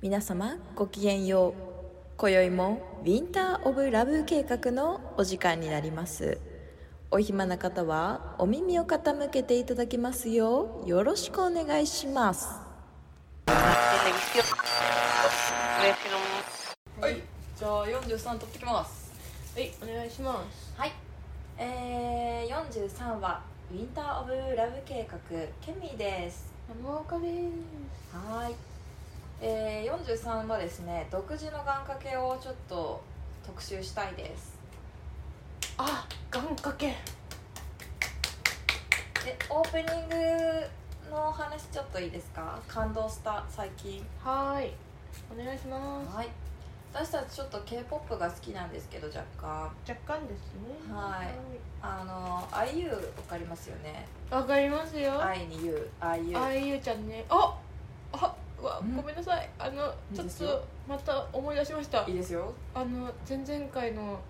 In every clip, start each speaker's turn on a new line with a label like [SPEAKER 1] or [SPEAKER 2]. [SPEAKER 1] 皆様ごきげんよう今宵もウィンター・オブ・ラブ計画のお時間になりますお暇な方はお耳を傾けていただきますようよろしくお願いします
[SPEAKER 2] televisión. Vecino
[SPEAKER 3] はい、じゃあ43取ってきます
[SPEAKER 4] はい、お願いします。
[SPEAKER 1] はい、えー、43話ウィンター・オブ・ラブ計画ケミーです
[SPEAKER 4] 山岡です。
[SPEAKER 1] はい、えー、43はですね独自の願掛けをちょっと特集したいです
[SPEAKER 4] あ、願掛け。
[SPEAKER 1] でオープニングのお話ちょっといいですか感動した最近
[SPEAKER 4] はーい、お願いします。
[SPEAKER 1] はい私たちちょっと k p o p が好きなんですけど若干
[SPEAKER 4] 若干ですね。
[SPEAKER 1] はいあの IU わかりますよね
[SPEAKER 4] い。わかりますよ。あ
[SPEAKER 1] 愛に言う IU
[SPEAKER 4] ゆうちゃんね。あ、あ、うわ、
[SPEAKER 1] ん
[SPEAKER 4] ごめんなさい。あ
[SPEAKER 1] い
[SPEAKER 4] の、
[SPEAKER 1] い
[SPEAKER 4] ちょっ
[SPEAKER 1] ですよ
[SPEAKER 4] とまた思い出しました
[SPEAKER 1] いい。ですよ
[SPEAKER 4] あの、前々回の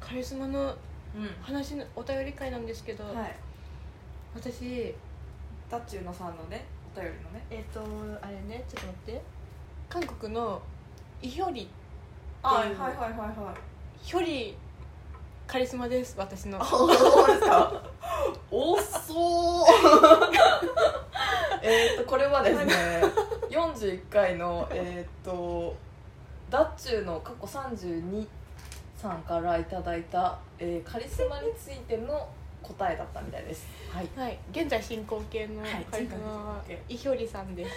[SPEAKER 4] カリスマの
[SPEAKER 1] うん、うん
[SPEAKER 4] 話のお便り会なんですけど、
[SPEAKER 1] はい
[SPEAKER 4] 私、
[SPEAKER 1] タッチューのさんのねお便りのね
[SPEAKER 4] えっ、と、あれね、ちょっと待って。韓国のイヒョリ、
[SPEAKER 1] はいはいはいはいはい
[SPEAKER 4] ヒョリカリスマです。私の。
[SPEAKER 1] そうですか 遅えっとこれはですね41回のえっ、とダッチューの過去32さんからいただいた、えーカリスマについての答えだったみたいですはい
[SPEAKER 4] はい、現在進行形の
[SPEAKER 1] はい
[SPEAKER 4] カリスマは
[SPEAKER 1] 現在進行
[SPEAKER 4] イヒョリさ んです。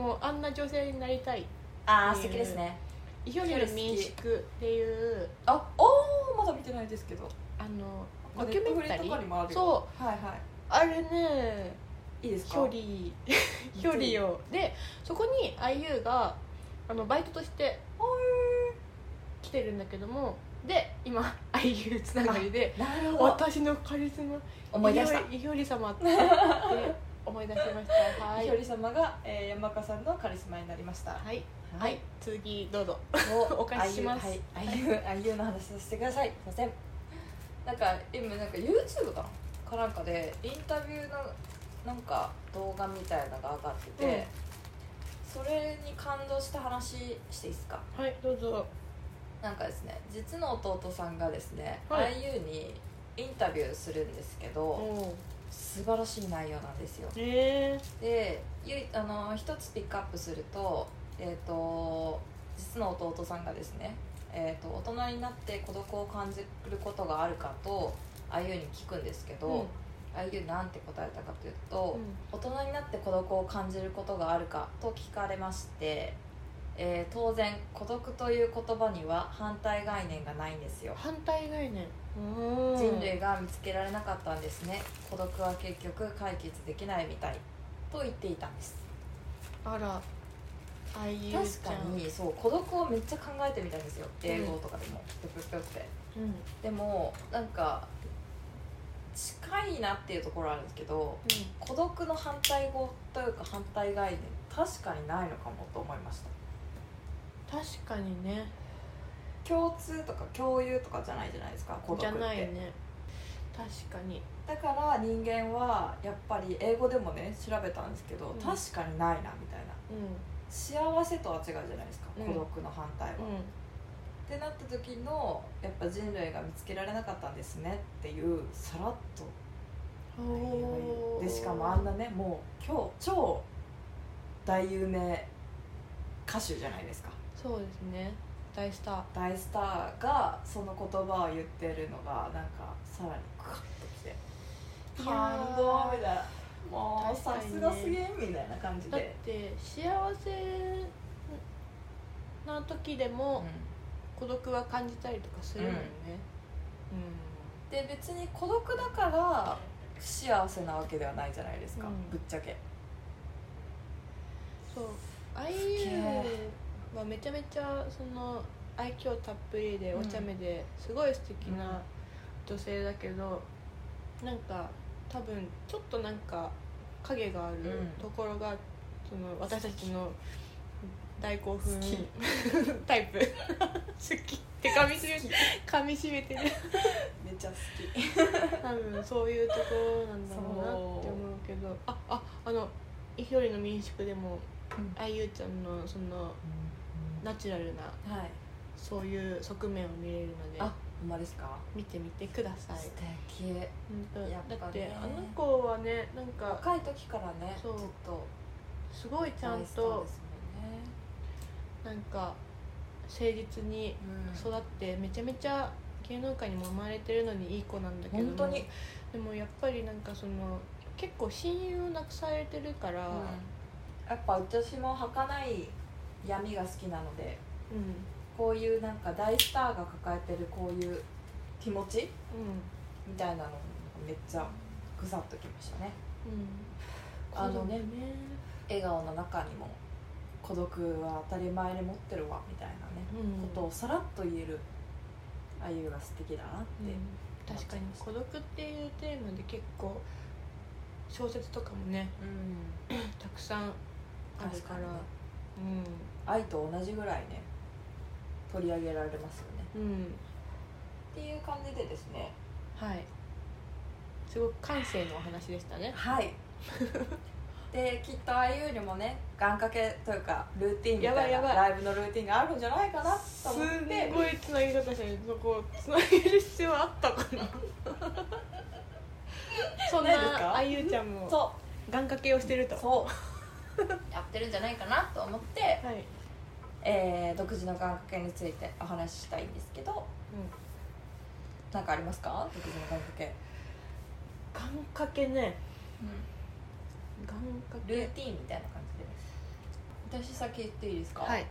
[SPEAKER 4] もうあんな女性になりたい。
[SPEAKER 1] あ
[SPEAKER 4] ー素敵です
[SPEAKER 1] ね
[SPEAKER 4] イヒョリの民宿っていう
[SPEAKER 1] あおーまだ見てないですけど
[SPEAKER 4] あのドキュメンタリ
[SPEAKER 1] ネットフリとかにもある
[SPEAKER 4] ー。
[SPEAKER 1] よ
[SPEAKER 4] そ
[SPEAKER 1] はいは
[SPEAKER 4] う、あれね、
[SPEAKER 1] いいいですか
[SPEAKER 4] ヒョリヒョリをでそこに IU があのバイトとして来てるんだけども、で今 IU つながりで
[SPEAKER 1] なるほど
[SPEAKER 4] 私のカリスマ
[SPEAKER 1] 思い出した
[SPEAKER 4] イヒョリイヒョリ様ってって思い出しまし た。は
[SPEAKER 1] ひ
[SPEAKER 4] い
[SPEAKER 1] よ。り様が、えー、山岡さんのカリスマになりました
[SPEAKER 4] はい、
[SPEAKER 1] は
[SPEAKER 4] はいい、次どうぞ。
[SPEAKER 1] お
[SPEAKER 4] お返しします
[SPEAKER 1] はい、あゆあゆの話させてください。すいません。なんか今なんか YouTube かなかなんかでインタビューのなんか動画みたいなのが上がってて、それに感動した話していいですか。
[SPEAKER 4] はい、どうぞ。
[SPEAKER 1] なんかですね、実の弟さんがですね、
[SPEAKER 4] はい
[SPEAKER 1] あゆにインタビューするんですけど、
[SPEAKER 4] お
[SPEAKER 1] 素晴らしい内容なんですよ。
[SPEAKER 4] え
[SPEAKER 1] でゆいあの一つピックアップすると,、えー、と実の弟さんがですね、えー、と大人になって孤独を感じることがあるかとあゆに聞くんですけ
[SPEAKER 4] うん
[SPEAKER 1] ど、あゆなんて答えたかというと、
[SPEAKER 4] うん
[SPEAKER 1] 大人になって孤独を感じることがあるかと聞かれまして、えー当然孤独という言葉には反対概念がないんですよ。
[SPEAKER 4] 反対概念。
[SPEAKER 1] 人類が見つけられなかったんですね孤独は結局解決できないみたいと言っていたんです
[SPEAKER 4] あら。あゆちゃん。
[SPEAKER 1] 確かにそう孤独をめっちゃ考えてみたんですよ英語とかでも、ぷっぷっぷって
[SPEAKER 4] うん。
[SPEAKER 1] でもなんか近いなっていうところあるんですけど孤独の反対語というか反対概念確かにないのかもと思いました
[SPEAKER 4] 確かにね。
[SPEAKER 1] 共通とか共有とかじゃないじゃないですか孤独
[SPEAKER 4] じゃ
[SPEAKER 1] って
[SPEAKER 4] ないね。確かに。
[SPEAKER 1] だから人間はやっぱり英語でもね調べたんですけど、
[SPEAKER 4] うん
[SPEAKER 1] 確かにないなみたいな
[SPEAKER 4] う
[SPEAKER 1] 幸せとは違うじゃないですか、
[SPEAKER 4] うん
[SPEAKER 1] 孤独の反対は、
[SPEAKER 4] ん。うん。
[SPEAKER 1] ってなった時のやっぱ人類が見つけられなかったんですねっていうさらっと
[SPEAKER 4] おー
[SPEAKER 1] でしかもあんなねもう今日超大有名歌手じゃないですか
[SPEAKER 4] そうですね。大スター。
[SPEAKER 1] 大スターがその言葉を言ってるのがなんかさらにクワッときて
[SPEAKER 4] いや
[SPEAKER 1] 感
[SPEAKER 4] ー
[SPEAKER 1] 動みたいなもう
[SPEAKER 4] 確
[SPEAKER 1] さ
[SPEAKER 4] かに
[SPEAKER 1] す
[SPEAKER 4] ね
[SPEAKER 1] がすげえみたいな感じ
[SPEAKER 4] だっ
[SPEAKER 1] で、
[SPEAKER 4] て幸せ。な時でも孤独は感じたりとかするもんね。うん。
[SPEAKER 1] で別に孤独だから不幸せなわけではないじゃないですか、
[SPEAKER 4] うん
[SPEAKER 1] ぶっちゃけ
[SPEAKER 4] そう IU はめちゃめちゃその愛嬌たっぷりで
[SPEAKER 1] うん
[SPEAKER 4] お茶目で、すごい素敵な女性だけど、なんか多分ちょっとなんか影がある
[SPEAKER 1] うん
[SPEAKER 4] ところが、その私たちの大興奮
[SPEAKER 1] 好き
[SPEAKER 4] タイプ 好きって噛みしめて噛みしめてね
[SPEAKER 1] めっちゃ好き
[SPEAKER 4] 多分そういうところなんだろうなって思うけどあああのイヒョリの民宿でも
[SPEAKER 1] うん
[SPEAKER 4] あゆちゃんのそのナチュラルな
[SPEAKER 1] はい
[SPEAKER 4] そういう側面を見れるので
[SPEAKER 1] あほんまですか
[SPEAKER 4] 見てみてください
[SPEAKER 1] 素敵
[SPEAKER 4] 本当
[SPEAKER 1] やっぱね
[SPEAKER 4] だってあの子はねなんか
[SPEAKER 1] 若い時からね
[SPEAKER 4] そう
[SPEAKER 1] ずっと
[SPEAKER 4] すごいちゃ
[SPEAKER 1] 大
[SPEAKER 4] ん
[SPEAKER 1] 好きで
[SPEAKER 4] と
[SPEAKER 1] すもんね
[SPEAKER 4] なんか誠実に
[SPEAKER 1] う
[SPEAKER 4] 育ってめちゃめちゃ芸能界にも生まれてるのにいい子なんだけど
[SPEAKER 1] ん、本
[SPEAKER 4] も
[SPEAKER 1] 当に、
[SPEAKER 4] でもやっぱりなんかその結構親友をなくされてるから、うん
[SPEAKER 1] やっぱ私も儚い闇が好きなのでこういうなんか大スターが抱えてるこういう気持ちみたいなのがめっちゃぐさっときましたね
[SPEAKER 4] うん
[SPEAKER 1] あのね
[SPEAKER 4] 子供
[SPEAKER 1] 笑顔の中にも孤独は当たり前に持ってるわみたいなね、
[SPEAKER 4] うん
[SPEAKER 1] ことをさらっと言えるあゆが素敵だなって、
[SPEAKER 4] うん確かに孤独っていうテーマで結構小説とかもね
[SPEAKER 1] うん
[SPEAKER 4] たくさんある
[SPEAKER 1] 確
[SPEAKER 4] か
[SPEAKER 1] からにね
[SPEAKER 4] う
[SPEAKER 1] 愛と同じぐらいね取り上げられますよね
[SPEAKER 4] んう
[SPEAKER 1] っ
[SPEAKER 4] ん
[SPEAKER 1] ていう感じでですね
[SPEAKER 4] はいすごく感性のお話でしたね
[SPEAKER 1] はい できっとあゆにもね願掛けというかルーティンみたい
[SPEAKER 4] や
[SPEAKER 1] な
[SPEAKER 4] ばいやば
[SPEAKER 1] ラ
[SPEAKER 4] い
[SPEAKER 1] イブのルーティンがあるんじゃないかなと
[SPEAKER 4] す
[SPEAKER 1] 思っ
[SPEAKER 4] ん
[SPEAKER 1] て
[SPEAKER 4] ごいつなぎ方したけどそこつなげる必要あったか なそん
[SPEAKER 1] ないです
[SPEAKER 4] な
[SPEAKER 1] か
[SPEAKER 4] あゆちゃんも
[SPEAKER 1] そ
[SPEAKER 4] 願掛けをしてると
[SPEAKER 1] うそう やってるんじゃないかなと思って、
[SPEAKER 4] はい、
[SPEAKER 1] えー独自の願掛けについてお話ししたいんですけど何かありますか独自の願掛け、
[SPEAKER 4] 願掛けね願掛け
[SPEAKER 1] ルーティンみたいな感じで私先言っていいですか
[SPEAKER 4] はい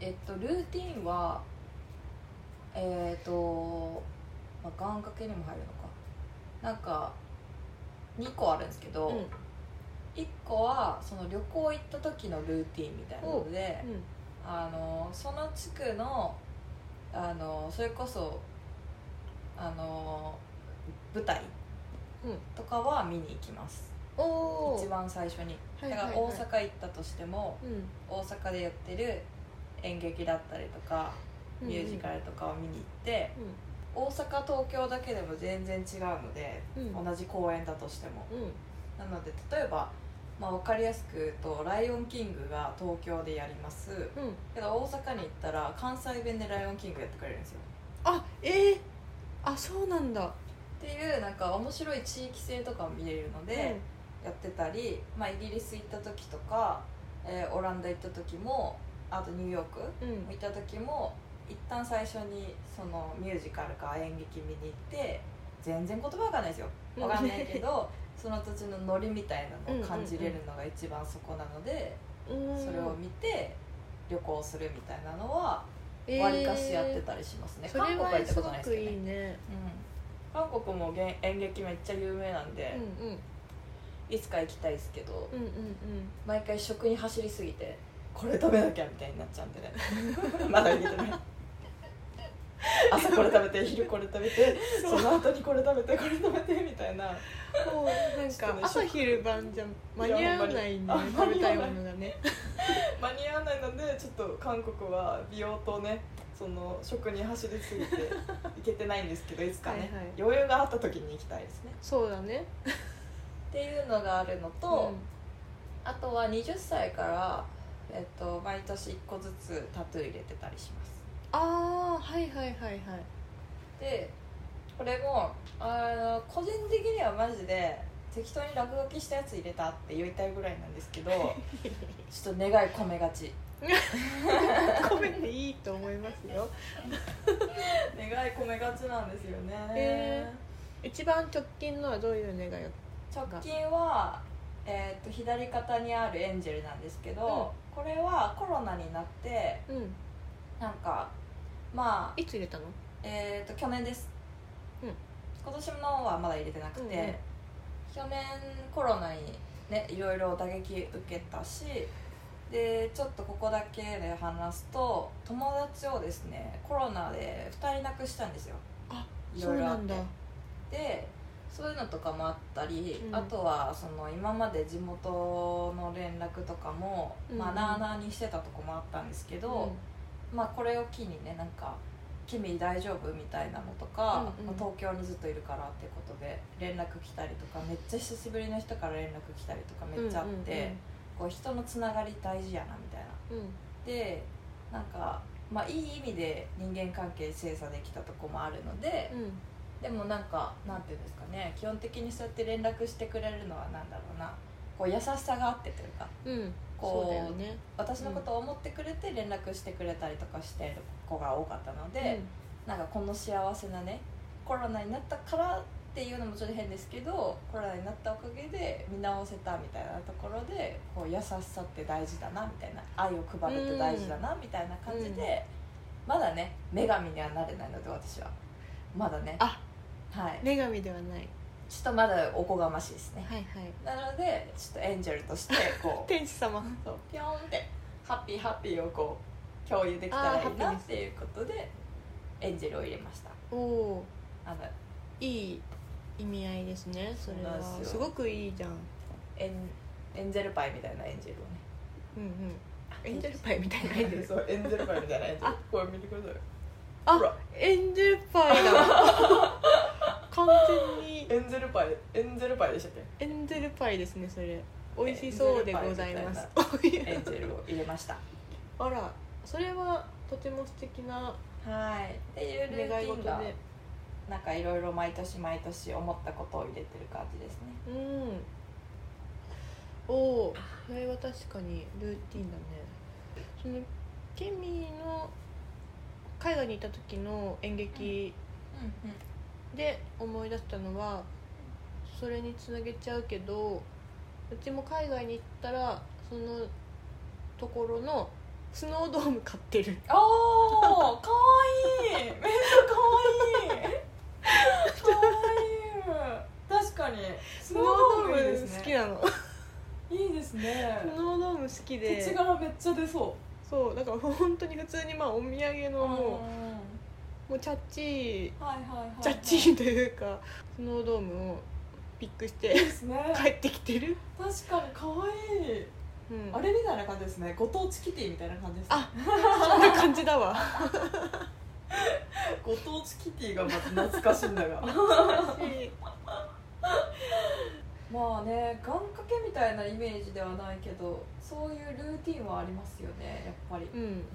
[SPEAKER 1] えっとルーティンはえっ、と、まあ、願掛けにも入るのかなんか2個あるんですけど、
[SPEAKER 4] うん
[SPEAKER 1] 1個はその旅行行った時のルーティンみたいなので、あのその地区のあのそれこそあの舞台
[SPEAKER 4] うん
[SPEAKER 1] とかは見に行きます、
[SPEAKER 4] おお
[SPEAKER 1] 一番最初に
[SPEAKER 4] は
[SPEAKER 1] だ
[SPEAKER 4] い
[SPEAKER 1] か
[SPEAKER 4] はいはい
[SPEAKER 1] ら大阪行ったとしても、大阪でやってる演劇だったりとかミュージカルとかを見に行って、大阪東京だけでも全然違うので、
[SPEAKER 4] うん
[SPEAKER 1] 同じ公演だとしても
[SPEAKER 4] うん
[SPEAKER 1] なので例えば、まあ、分かりやすく言うと「ライオンキング」が東京でやります
[SPEAKER 4] うん
[SPEAKER 1] けど大阪に行ったら関西弁で「ライオンキング」やってくれるんですよ
[SPEAKER 4] あええあそうなんだ
[SPEAKER 1] っていうなんか面白い地域性とかも見れるので、やってたり、まあ、イギリス行った時とか、えーオランダ行った時もあとニューヨーク
[SPEAKER 4] うんうん
[SPEAKER 1] 行った時も一旦最初にそのミュージカルか演劇見に行って全然言葉わかんないですよ
[SPEAKER 4] うん
[SPEAKER 1] わかんないけ どその土地のノリみたいなのを感じれるのが一番そこなので、
[SPEAKER 4] うん
[SPEAKER 1] それを見て旅行するみたいなのは
[SPEAKER 4] えー
[SPEAKER 1] わりかしやってたりしますね、
[SPEAKER 4] それ
[SPEAKER 1] 韓国は行
[SPEAKER 4] は
[SPEAKER 1] った
[SPEAKER 4] す
[SPEAKER 1] こ
[SPEAKER 4] ご
[SPEAKER 1] とないです
[SPEAKER 4] く
[SPEAKER 1] けどね
[SPEAKER 4] いいね
[SPEAKER 1] うん、韓国もげん演劇めっちゃ有名なん
[SPEAKER 4] う
[SPEAKER 1] で
[SPEAKER 4] ん、うん
[SPEAKER 1] いつか行きたいですけど
[SPEAKER 4] うんう んうん
[SPEAKER 1] 毎回食に走りすぎてこれ食べなきゃみたいになっちゃうんでね まだ言えて ない朝これ食べて昼これ食べてその後にこれ食べてこれ食べてみたいな
[SPEAKER 4] もうなん
[SPEAKER 1] ちょっと
[SPEAKER 4] か
[SPEAKER 1] ね
[SPEAKER 4] 朝昼晩じゃ間に合わないんだよね
[SPEAKER 1] いやほんま
[SPEAKER 4] 食
[SPEAKER 1] に
[SPEAKER 4] べたいものがね
[SPEAKER 1] 間に合わないのでちょっと韓国は美容とねその食に走りすぎて行けてないんですけどいつかね
[SPEAKER 4] はいはい
[SPEAKER 1] 余裕があった時に行きたいですね
[SPEAKER 4] そうだね
[SPEAKER 1] っていうのがあるのと、あとは20歳から、えっと、毎年1個ずつタトゥー入れてたりします
[SPEAKER 4] ああはいはいはいはい
[SPEAKER 1] でこれもあの個人的にはマジで適当に落書きしたやつ入れたって言いたいぐらいなんです けどちょっと願い込めがち
[SPEAKER 4] ごめんねいいと思いますよ
[SPEAKER 1] 願い込めがちなんですよね、
[SPEAKER 4] へ一番直近のはどういう願いを
[SPEAKER 1] 直近は、えっと左肩にあるエンジェルなんですけど、これはコロナになって
[SPEAKER 4] うん
[SPEAKER 1] なんかまあ
[SPEAKER 4] いつ入れたの
[SPEAKER 1] えっと去年です、
[SPEAKER 4] うん
[SPEAKER 1] 今年のはまだ入れてなくて、
[SPEAKER 4] うんうん
[SPEAKER 1] 去年コロナにねいろいろ打撃受けたしでちょっとここだけで話すと友達をですねコロナで2人亡くしたんですよ
[SPEAKER 4] あ
[SPEAKER 1] い
[SPEAKER 4] そ
[SPEAKER 1] ろ
[SPEAKER 4] う
[SPEAKER 1] いろあ
[SPEAKER 4] な
[SPEAKER 1] っ
[SPEAKER 4] ん
[SPEAKER 1] て
[SPEAKER 4] だ
[SPEAKER 1] でそういうのとかもあったり、
[SPEAKER 4] うん
[SPEAKER 1] あとはその今まで地元の連絡とかも、ま
[SPEAKER 4] う
[SPEAKER 1] あ、
[SPEAKER 4] ん
[SPEAKER 1] なあなあにしてたとこもあったんですけど、まあ、これを機にねなんか「君大丈夫?」みたいなのとか、
[SPEAKER 4] うんうん
[SPEAKER 1] まあ東京にずっといるからってことで連絡来たりとかめっちゃ久しぶりの人から連絡来たりとかめっちゃあって、
[SPEAKER 4] うんうんうん
[SPEAKER 1] こう人のつながり大事やなみたいな
[SPEAKER 4] うん
[SPEAKER 1] でなんか、まあ、いい意味で人間関係精査できたとこもあるので、
[SPEAKER 4] うん
[SPEAKER 1] でもなんかなんていうんですかね基本的にそうやって連絡してくれるのはなんだろうなこう優しさがあってというか
[SPEAKER 4] うん
[SPEAKER 1] こう
[SPEAKER 4] そうだよね
[SPEAKER 1] 私のことを思ってくれて連絡してくれたりとかしてる子が多かったので、なんかこの幸せなねコロナになったからっていうのもちょっと変ですけどコロナになったおかげで見直せたみたいなところでこう優しさって大事だなみたいな愛を配るって大事だなみたいな感じで、まだね女神にはなれないので私はまだね
[SPEAKER 4] あ
[SPEAKER 1] はい
[SPEAKER 4] 女神ではない
[SPEAKER 1] ちょっとまだおこがましいですね
[SPEAKER 4] はいはい
[SPEAKER 1] なのでちょっとエンジェルとして こう
[SPEAKER 4] 天使様
[SPEAKER 1] そうピョーンってハッピーハッピーをこう共有できたらいいなっていうことでエンジェルを入れました
[SPEAKER 4] おお
[SPEAKER 1] あの
[SPEAKER 4] ーいい意味合いですねそれは
[SPEAKER 1] そうなんですよ
[SPEAKER 4] すごくいいじゃん
[SPEAKER 1] エンエンゼルパイみたいなエンジェルをね
[SPEAKER 4] うんうんエンジェルパイみたいなエンジェ ル
[SPEAKER 1] そうエンゼルパイみたいなエンジェルこれ見てください
[SPEAKER 4] あ
[SPEAKER 1] ほら
[SPEAKER 4] エンジェルパイだ 完全に
[SPEAKER 1] エンゼルパイエンゼルパイでしたっ
[SPEAKER 4] エンゼルパイですねそれ美味しそうでございます
[SPEAKER 1] けエンゼルを入れました
[SPEAKER 4] あらそれはとても素敵な
[SPEAKER 1] はいっていうルー
[SPEAKER 4] 願い
[SPEAKER 1] ティ
[SPEAKER 4] 事
[SPEAKER 1] ンが
[SPEAKER 4] で
[SPEAKER 1] なんかいろいろ毎年毎年思ったことを入れてる感じですね
[SPEAKER 4] うんおおそれは確かにルーティンだねそのケミの海外にいた時の演劇
[SPEAKER 1] うんうん
[SPEAKER 4] で思い出したのはそれにつなげちゃうけどうちも海外に行ったらそのところのスノードーム買ってる
[SPEAKER 1] おお、かわいい。 めっちゃかわいい。かわいい。確かに。ス
[SPEAKER 4] ス
[SPEAKER 1] ノ
[SPEAKER 4] ノ
[SPEAKER 1] ード
[SPEAKER 4] ード
[SPEAKER 1] ームいいで
[SPEAKER 4] ー
[SPEAKER 1] す
[SPEAKER 4] ム好き
[SPEAKER 1] ね。
[SPEAKER 4] なの
[SPEAKER 1] いいですね
[SPEAKER 4] ス。ノードーム好き
[SPEAKER 1] 土地
[SPEAKER 4] で
[SPEAKER 1] 柄めっちゃ出そ
[SPEAKER 4] そうだから本当に普通にまあお土
[SPEAKER 1] う。
[SPEAKER 4] 産の
[SPEAKER 1] うん
[SPEAKER 4] もうもうチャッチー
[SPEAKER 1] はいはいはい。
[SPEAKER 4] チャッチ
[SPEAKER 1] いい
[SPEAKER 4] ーというかスノードームをピックして
[SPEAKER 1] ですね。
[SPEAKER 4] 帰ってきてる、
[SPEAKER 1] 確かにかわいい。
[SPEAKER 4] うん、
[SPEAKER 1] あれみたいな感じですね。ご当地キティみたいな感じです。
[SPEAKER 4] あそんな感じだわ
[SPEAKER 1] ご当地キティがまず懐かしいんだが。 まあね、願掛けみたいなイメージではないけど、そういうルーティンはありますよね。やっぱり。
[SPEAKER 4] うん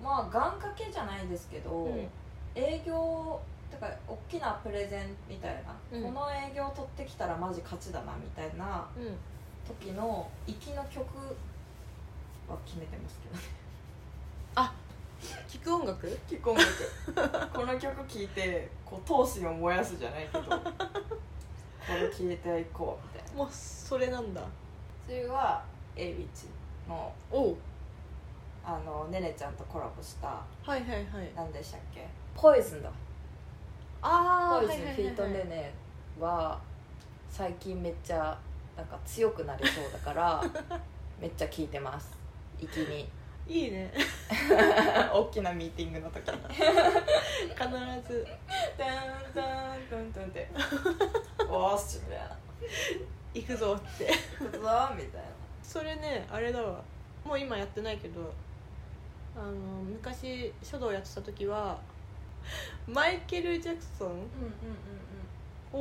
[SPEAKER 1] まあ願掛けじゃないですけど、
[SPEAKER 4] うん
[SPEAKER 1] 営業とか大きなプレゼンみたいな、
[SPEAKER 4] うん
[SPEAKER 1] この営業取ってきたらマジ勝ちだなみたいな
[SPEAKER 4] うん
[SPEAKER 1] 時の粋の曲は決めてますけど
[SPEAKER 4] 聞く音楽
[SPEAKER 1] 結婚曲この曲聴いてこう闘志を燃やすじゃないけどこれ聴いていこうみたいな
[SPEAKER 4] もうそれなんだ
[SPEAKER 1] それは A ビーチの
[SPEAKER 4] おう
[SPEAKER 1] あのねねちゃんとコラボした
[SPEAKER 4] はいはいはい
[SPEAKER 1] 何でしたっけポイズンだ
[SPEAKER 4] あ
[SPEAKER 1] ポ
[SPEAKER 4] あ
[SPEAKER 1] イズンフィートネネは最近めっちゃなんか強くなりそうだから めっちゃ聞いてます粋に
[SPEAKER 4] いいね
[SPEAKER 1] 大きなミーティングの時 に「
[SPEAKER 4] 必ず
[SPEAKER 1] タンタンタンタン」って「おーっし」みたいな
[SPEAKER 4] 行くぞって
[SPEAKER 1] 「行くぞ」みたいな
[SPEAKER 4] それねあれだわもう今やってないけどあの昔書道やってた時はマイケル・ジャクソン
[SPEAKER 1] うんうん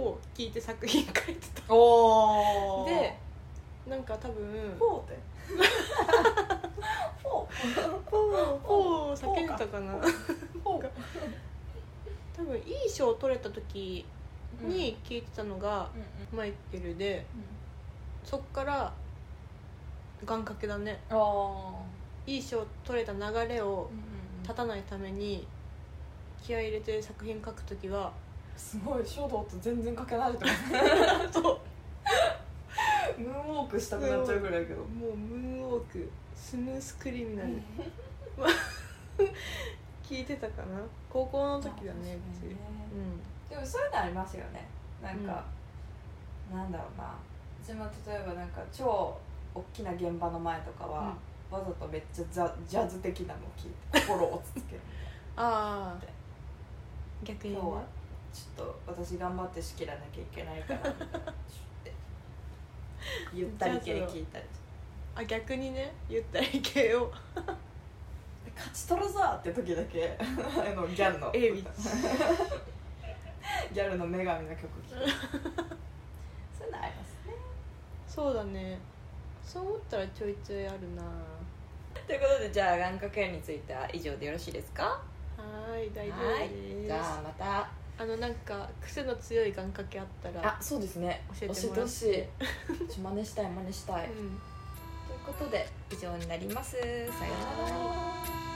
[SPEAKER 4] を聞いて作品書いてた
[SPEAKER 1] うんお
[SPEAKER 4] で
[SPEAKER 1] で
[SPEAKER 4] なんか多分
[SPEAKER 1] 「ポー」 って「ポ
[SPEAKER 4] ポーポー叫んでたかな
[SPEAKER 1] ー」ポー
[SPEAKER 4] 多分いい賞取れた時
[SPEAKER 1] に
[SPEAKER 4] に聞いてたのがマイケルでそっから願掛けだね
[SPEAKER 1] ああ
[SPEAKER 4] いい賞取れた流れを
[SPEAKER 1] た
[SPEAKER 4] 断たないために気合い入れて作品書く時は
[SPEAKER 1] すごい書道と全然かけないと思
[SPEAKER 4] そう
[SPEAKER 1] ムーンウォークしたくなっちゃうぐらいだけど
[SPEAKER 4] うもうムーンウォークスムースクリミナル 聞いてたかな高校の時だねうちうん
[SPEAKER 1] でもそういうのありますよねなんか、なんだろうなうちも例えばなんか超大きな現場の前とかは、わざとめっちゃザジャズ的なのを聴いて心を落ち着ける
[SPEAKER 4] ああ逆にね
[SPEAKER 1] 今日はちょっと私頑張って仕切らなきゃいけないからみたいな ゆったり系聞いたり
[SPEAKER 4] あ逆にねゆったり系を
[SPEAKER 1] 勝ち取るぞって時だけあのギャルの
[SPEAKER 4] A ビッ
[SPEAKER 1] ギャルの女 神の曲聴くそういうのありますね
[SPEAKER 4] そうだねそう思ったらちょいちょいあるな
[SPEAKER 1] ということでじゃあ眼科ケアについては以上でよろしいですか
[SPEAKER 4] はーい大丈
[SPEAKER 1] はい
[SPEAKER 4] 夫で
[SPEAKER 1] じ
[SPEAKER 4] す
[SPEAKER 1] ゃあまた
[SPEAKER 4] あのなんか癖の強い願掛けあったら
[SPEAKER 1] そうですね
[SPEAKER 4] 教え
[SPEAKER 1] 教え
[SPEAKER 4] ても
[SPEAKER 1] て
[SPEAKER 4] ら
[SPEAKER 1] ほ
[SPEAKER 4] っ
[SPEAKER 1] してい ちょ真似したい真似したい、
[SPEAKER 4] うん
[SPEAKER 1] ということで以上になりますさようなら